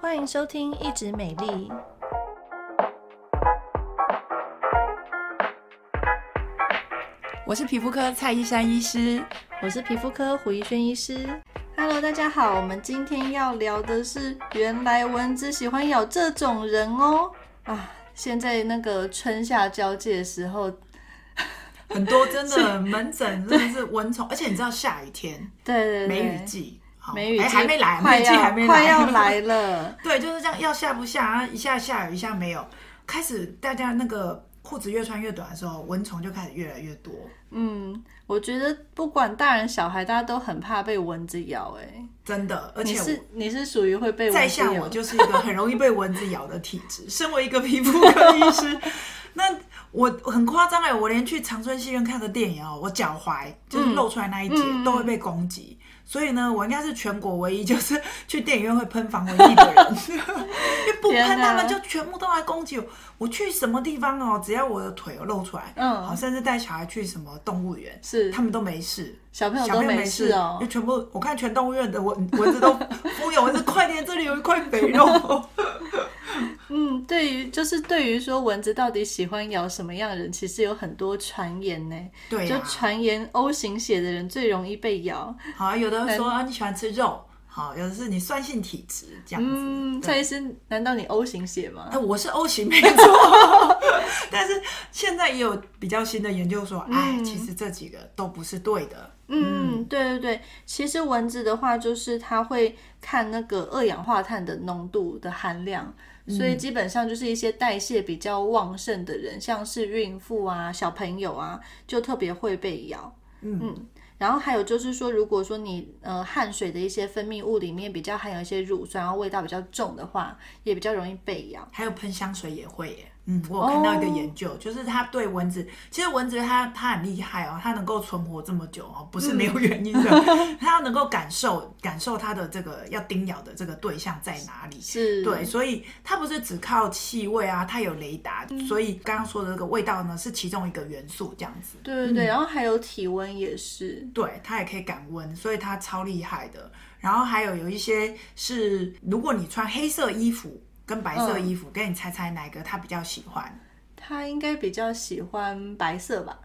欢迎收听《一直美丽》。我是皮肤科蔡依珊医师，我是皮肤科胡怡轩医师。 Hello，大家好，我们今天要聊的是，原来蚊子喜欢咬这种人哦啊！现在那个春夏交界的时候，很多真的门诊真的是蚊虫，而且你知道下雨天对对对，梅雨，季，好梅雨季哎还没来，快梅雨季要还没来，快要来了， 对，就是这样，要下不下，然后一下下雨，一下没有，开始大家那个裤子越穿越短的时候，蚊虫就开始越来越多，嗯，我觉得不管大人小孩，大家都很怕被蚊子咬、哎，真的，而你且我是你是属于会被在蚊子下我咬，就是一个很容易被蚊子咬的体质。身为一个皮肤科医 师，那我很夸张哎，我连去长春戏院看个电影哦，我脚踝就是露出来那一节、嗯嗯都会被攻击。所以呢，我应该是全国唯一就是去电影院会喷防蚊液 的人，因为不天喷哪他们就全部都来攻击我。我去什么地方哦，只要我的腿有露出来，嗯好，甚至带小孩去什么动物园，是他们都没事。小朋友小都朋友没事哦就，全部我看全动物园的蚊蚊子都蜂拥，蚊子快点，这里有一块肥肉。嗯，对于就是对于说蚊子到底喜欢咬什么样的人，其实有很多传言呢、对啊就呀、传言 O 型血的人最容易被咬。好，有的说啊你喜欢吃肉，好，有的是你酸性体质这样子。嗯，对蔡医师，难道你 O 型血吗哎，？我是 O 型没错， 但是现在也有比较新的研究说，哎，其实这几个都不是对的。嗯，对对对，其实蚊子的话，就是它会看那个二氧化碳的浓度的含量，所嗯以基本上就是一些代谢比较旺盛的人，像是孕妇啊、小朋友啊，就特别会被咬。嗯然后还有就是说，如果说你呃汗水的一些分泌物里面比较含有一些乳酸，然后味道比较重的话，也比较容易被咬。还有喷香水也会耶。嗯，我有看到一个研究，就是它对蚊子，其实蚊子它它很厉害哦，它能够存活这么久哦，不是没有原因的，它能够感受感受它的这个要叮咬的这个对象在哪里。是，对，所以它不是只靠气味啊，它有雷达，所以刚刚说的这个味道呢是其中一个元素，这样子。对对对，然后还有体温也是，对，它也可以感温，所以它超厉害的。然后还有有一些是，如果你穿黑色衣服跟白色衣服，跟你猜猜哪一个它比较喜欢？他应该比较喜欢白色吧？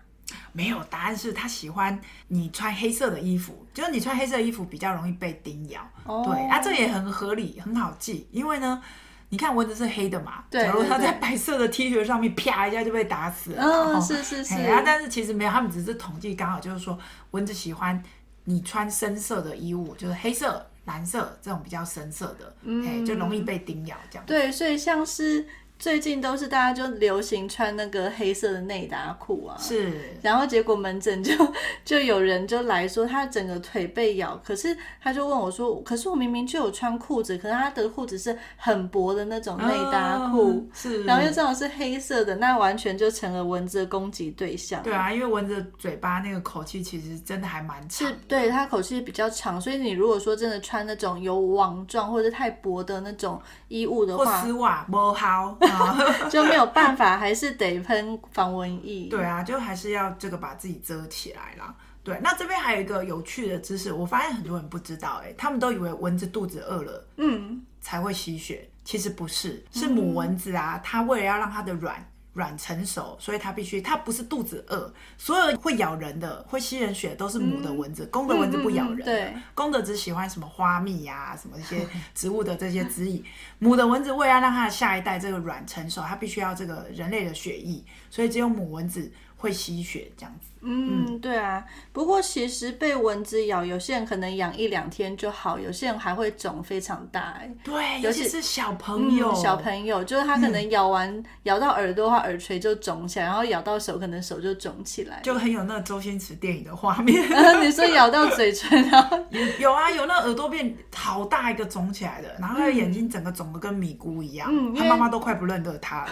没有，答案是他喜欢你穿黑色的衣服，就是你穿黑色衣服比较容易被叮咬。哦对啊，这也很合理，很好记，因为呢。你看蚊子是黑的嘛？对假如它对对在白色的 T 恤上面啪一下就被打死了。嗯哦是是是嘿啊，但是其实没有，他们只是统计刚好就是说，蚊子喜欢你穿深色的衣物，就是黑色、蓝色这种比较深色的，哎、就容易被叮咬这样。嗯对，所以像是最近都是大家就流行穿那个黑色的内搭裤啊，是，然后结果门诊就就有人就来说他整个腿被咬，可是他就问我说，可是我明明就有穿裤子，可是他的裤子是很薄的那种内搭裤嗯，是，然后又正好是黑色的，那完全就成了蚊子的攻击对象。对啊，因为蚊子嘴巴那个口气其实真的还蛮长是对它口气比较长，所以你如果说真的穿那种有网状或者太薄的那种衣物的或话丝，袜摸好啊，就没有办法，还是得喷防蚊液。 对啊，就还是要这个把自己遮起来啦。对，那这边还有一个有趣的知识，我发现很多人不知道、欸，他们都以为蚊子肚子饿了嗯，才会吸血，其实不是，是母蚊子啊，它为了要让它的卵。卵成熟，所以它必须，它不是肚子饿。所有会咬人的、会吸人血的都是母的蚊子，公的蚊子不咬人的。嗯嗯嗯对公的只喜欢什么花蜜呀、什么一 些植物的这些汁液。母的蚊子为了让它的下一代这个卵成熟，它必须要这个人类的血液，所以只有母蚊子会吸血这样子。嗯，对啊。不过其实被蚊子咬，有些人可能养一两天就好，有些人还会肿非常大、欸。对，尤尤其嗯其是小朋友，小朋友就是他可能咬 完、咬到耳朵的话，耳垂就肿起来，然后咬到手，可能手就肿起来。就很有那个周星驰电影的画面。 你说咬到嘴唇，然后有啊，有那耳朵变好大一个肿起来的，然后他的眼睛整个肿的跟米糊一样，嗯因为他妈妈都快不认得他了。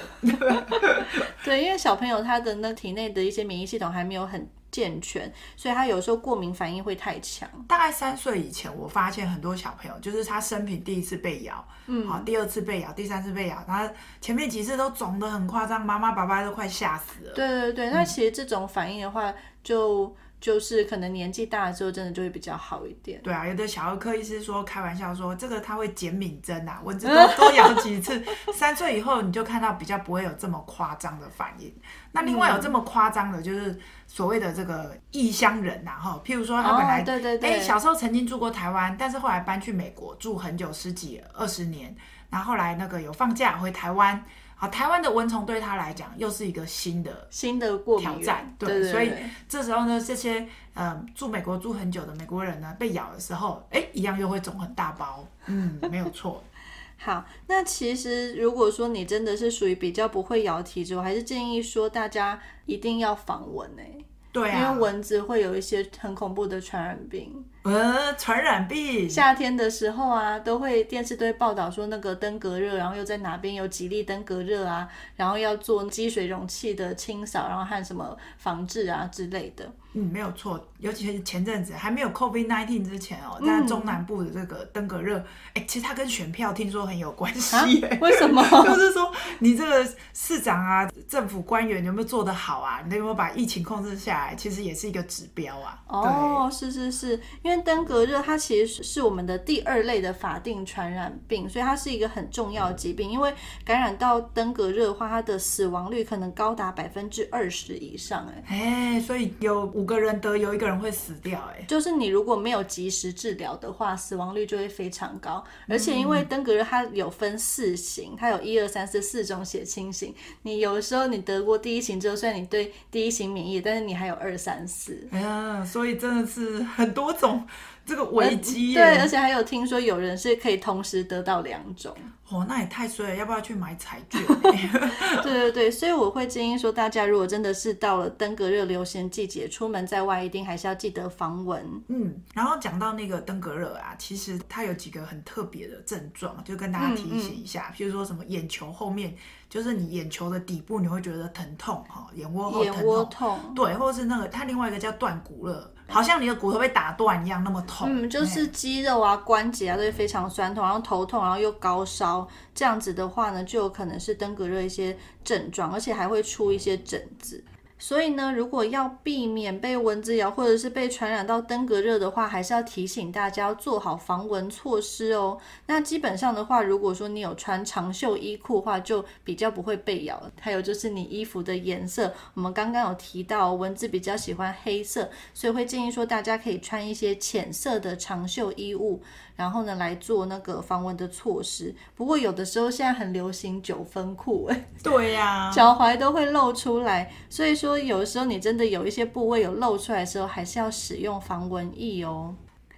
对，因为小朋友他的那体内的一些免疫系统还没有很健全，所以他有时候过敏反应会太强。大概三岁以前，我发现很多小朋友就是他生平第一次被咬，嗯，好，第二次被咬，第三次被咬，然后前面几次都肿得很夸张，妈妈爸爸都快吓死了。对对对，那其实这种反应的话就，就就是可能年纪大了之后，真的就会比较好一点。对啊，有的小儿科医师说开玩笑说，这个他会减敏针啊，蚊子多 多咬几次，三岁以后你就看到比较不会有这么夸张的反应。那另嗯外有这么夸张的，就是所谓的这个异乡人呐、哈，譬如说他本来、哦对对对哎小时候曾经住过台湾，但是后来搬去美国住很久，十几二十年，然后后来那个有放假回台湾，好，台湾的蚊虫对他来讲又是一个新的新的过敏挑源战，对对，所以对这时候呢，这些呃住美国住很久的美国人呢，被咬的时候，哎，一样又会肿很大包，嗯，没有错，好，那其实如果说你真的是属于比较不会咬体质，我还是建议说大家一定要防蚊哎、对啊，因为蚊子会有一些很恐怖的传染病。呃传染病，夏天的时候啊，都会电视都会报道说那个登革热，然后又在哪边有几例登革热啊，然后要做积水容器的清扫，然后和什么防治啊之类的。嗯，没有错，尤其是前阵子还没有 COVID nineteen 之前哦，在嗯中南部的这个登革热，哎、其实它跟选票听说很有关系、 耶。啊为什么？就是说，你这个市长啊，政府官员有没有做得好啊？你有没有把疫情控制下来？其实也是一个指标啊。哦，是是是，因为登革热它其实是我们的第二类的法定传染病，所以它是一个很重要的疾病。因为感染到登革热的话，它的死亡率可能高达百分之二十以上，哎，对，哎、所以有五个人得，有一个人会死掉、哎，就是你如果没有及时治疗的话，死亡率就会非常高。而且因为登革热它有分四型，它有一二三四四种血清型。你有的时候你得过第一型之后，虽然你对第一型免疫，但是你还有二三四。哎呀，所以真的是很多种这个危机、耶呃对，而且还有听说有人是可以同时得到两种。哦，那也太衰了，要不要去买彩 券？哎对对对，所以我会建议说，大家如果真的是到了登革热流行季节，出门在外一定还是要记得防蚊。嗯，然后讲到那个登革热啊，其实它有几个很特别的症状，就跟大嗯家提醒一下，譬如说什么眼球后面，就是你眼球的底部你会觉得疼痛哈，眼窝后眼哦疼窝痛，痛，对，或者是那个它另外一个叫断骨热，好像你的骨头被打断一样那么痛，嗯，就是肌肉啊、关节啊都会非常酸痛，然后头痛，然后又高烧，这样子的话呢，就有可能是登革热一些症状，而且还会出一些疹子。所以呢，如果要避免被蚊子咬或者是被传染到登革热的话，还是要提醒大家要做好防蚊措施哦。那基本上的话，如果说你有穿长袖衣裤的话，就比较不会被咬。还有就是你衣服的颜色，我们刚刚有提到蚊子比较喜欢黑色，所以会建议说大家可以穿一些浅色的长袖衣物，然后呢来做那个防蚊的措施。不过有的时候现在很流行九分裤、哎。对呀、脚踝都会露出来，所以说有时候你真的有一些部位有露出来的时候，还是要使用防蚊液哦。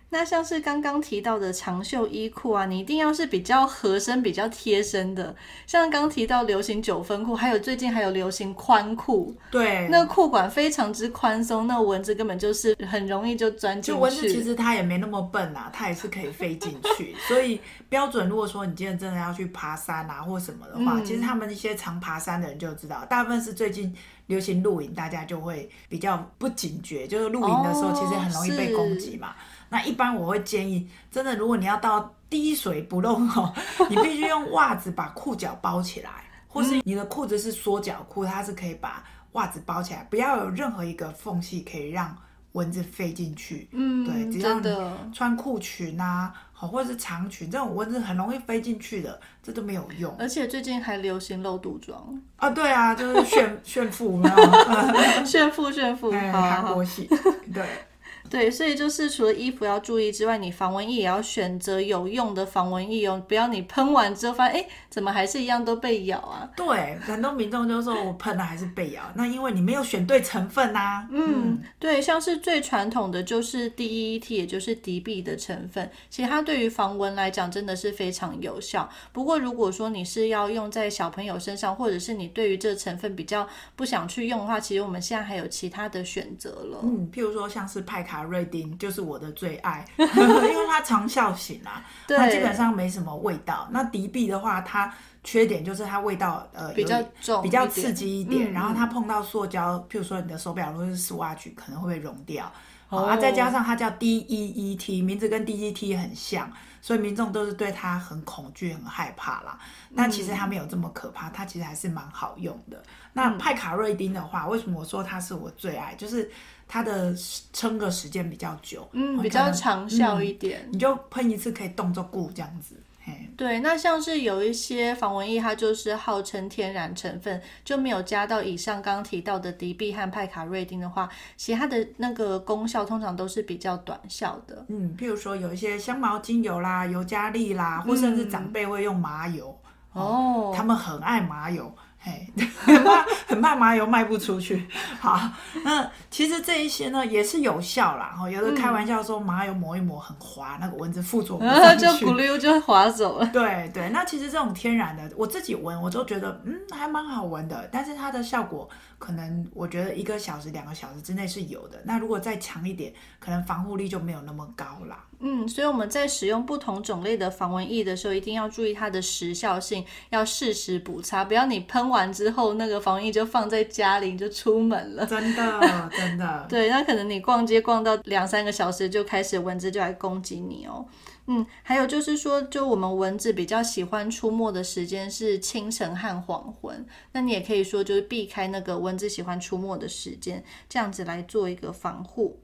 那像是刚刚提到的长袖衣裤啊，你一定要是比较合身、比较贴身的。像刚提到流行九分裤，还有最近还有流行宽裤，对，那裤管非常之宽松，那蚊子根本就是很容易就钻进就去。蚊子其实它也没那么笨啊，它也是可以飞进去。所以标准，如果说你今天真的要去爬山啊或什么的话，嗯其实他们一些常爬山的人就知道，大部分是最近流行露营，大家就会比较不警觉，就是露营的时候哦其实很容易被攻击嘛。那一般我会建议，真的如果你要到滴水不漏哦，你必须用袜子把裤脚包起来，或嗯是你的裤子是缩脚裤，它是可以把袜子包起来，不要有任何一个缝隙可以让蚊子飞进去。嗯，对，只要真你的。穿裤裙啊，好或者是长裙，这种蚊子很容易飞进去的，这都没有用而且最近还流行露肚装，啊。对啊，就是炫 炫富，有没有？炫富炫富，哎好好韩好国系，对，对，所以就是除了衣服要注意之外，你防蚊液也要选择有用的防蚊液哦，不要你喷完之后发现，哎，怎么还是一样都被咬啊？对，很多民众就说我喷了还是被咬，那因为你没有选对成分呐、啊。嗯，对，像是最传统的就是 DEET，也就是敌避的成分，其实它对于防蚊来讲真的是非常有效。不过如果说你是要用在小朋友身上，或者是你对于这成分比较不想去用的话，其实我们现在还有其他的选择了。嗯，譬如说像是派卡瑞丁，就是我的最爱， 因为它长效型啊，对它基本上没什么味道。那迪碧的话，它缺点就是它味道呃比较有重比较一点刺激一点，嗯然后它碰到塑胶，譬如说你的手表如果是 Swatch，可能会被溶掉。好哦啊，再加上它叫 DEET，名字跟 DET 很像，所以民众都是对它很恐惧、很害怕啦。但其实它没有这么可怕，它其实还是蛮好用的。那嗯派卡瑞丁的话，为什么我说它是我最爱？就是它的撑个时间比较久，嗯，哦比较，长效一点。可能你就喷一次可以动作固这样子。嘿，对，那像是有一些防蚊液，它就是号称天然成分，就没有加到以上刚提到的迪必和派卡瑞丁的话，其实它的那个功效通常都是比较短效的。嗯，譬如说有一些香茅精油啦、尤加利啦，或甚至长辈会用麻油。哦，他们很爱麻油，嘿，很怕很怕麻油卖不出去。好，那其实这一些呢也是有效啦，哦哈，有的开玩笑说麻油抹一抹很滑，那个蚊子附着不然后上啊就咕去。溜就滑走 了。对对，那其实这种天然的，我自己闻我都觉得，嗯，还蛮好闻的。但是它的效果可能，我觉得一个小时、两个小时之内是有的。那如果再强一点，可能防护力就没有那么高啦。嗯，所以我们在使用不同种类的防蚊液的时候，一定要注意它的时效性，要适时补擦，不要你喷完之后那个防蚊液就放在家里你就出门了。真 的，真的，对，那可能你逛街逛到两三个小时，就开始蚊子就来攻击你哦。嗯，还有就是说，就我们蚊子比较喜欢出没的时间是清晨和黄昏，那你也可以说就是避开那个蚊子喜欢出没的时间，这样子来做一个防护。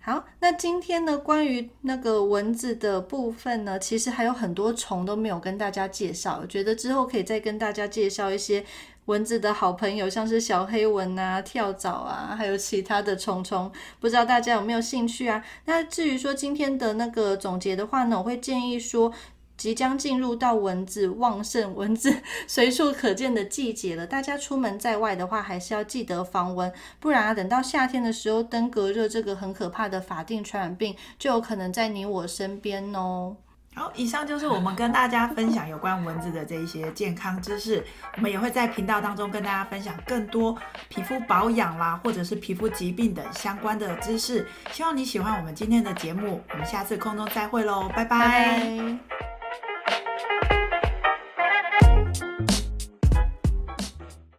好，那今天呢，关于那个蚊子的部分呢，其实还有很多虫都没有跟大家介绍，我觉得之后可以再跟大家介绍一些蚊子的好朋友，像是小黑蚊啊、跳蚤啊，还有其他的虫虫，不知道大家有没有兴趣啊？那至于说今天的那个总结的话呢，我会建议说。即将进入到蚊子旺盛、蚊子随处可见的季节了，大家出门在外的话，还是要记得防蚊，不然啊，等到夏天的时候，登革热这个很可怕的法定传染病就有可能在你我身边哦。好，以上就是我们跟大家分享有关蚊子的这一些健康知识。我们也会在频道当中跟大家分享更多皮肤保养啦，或者是皮肤疾病等相关的知识。希望你喜欢我们今天的节目，我们下次空中再会喽，拜拜拜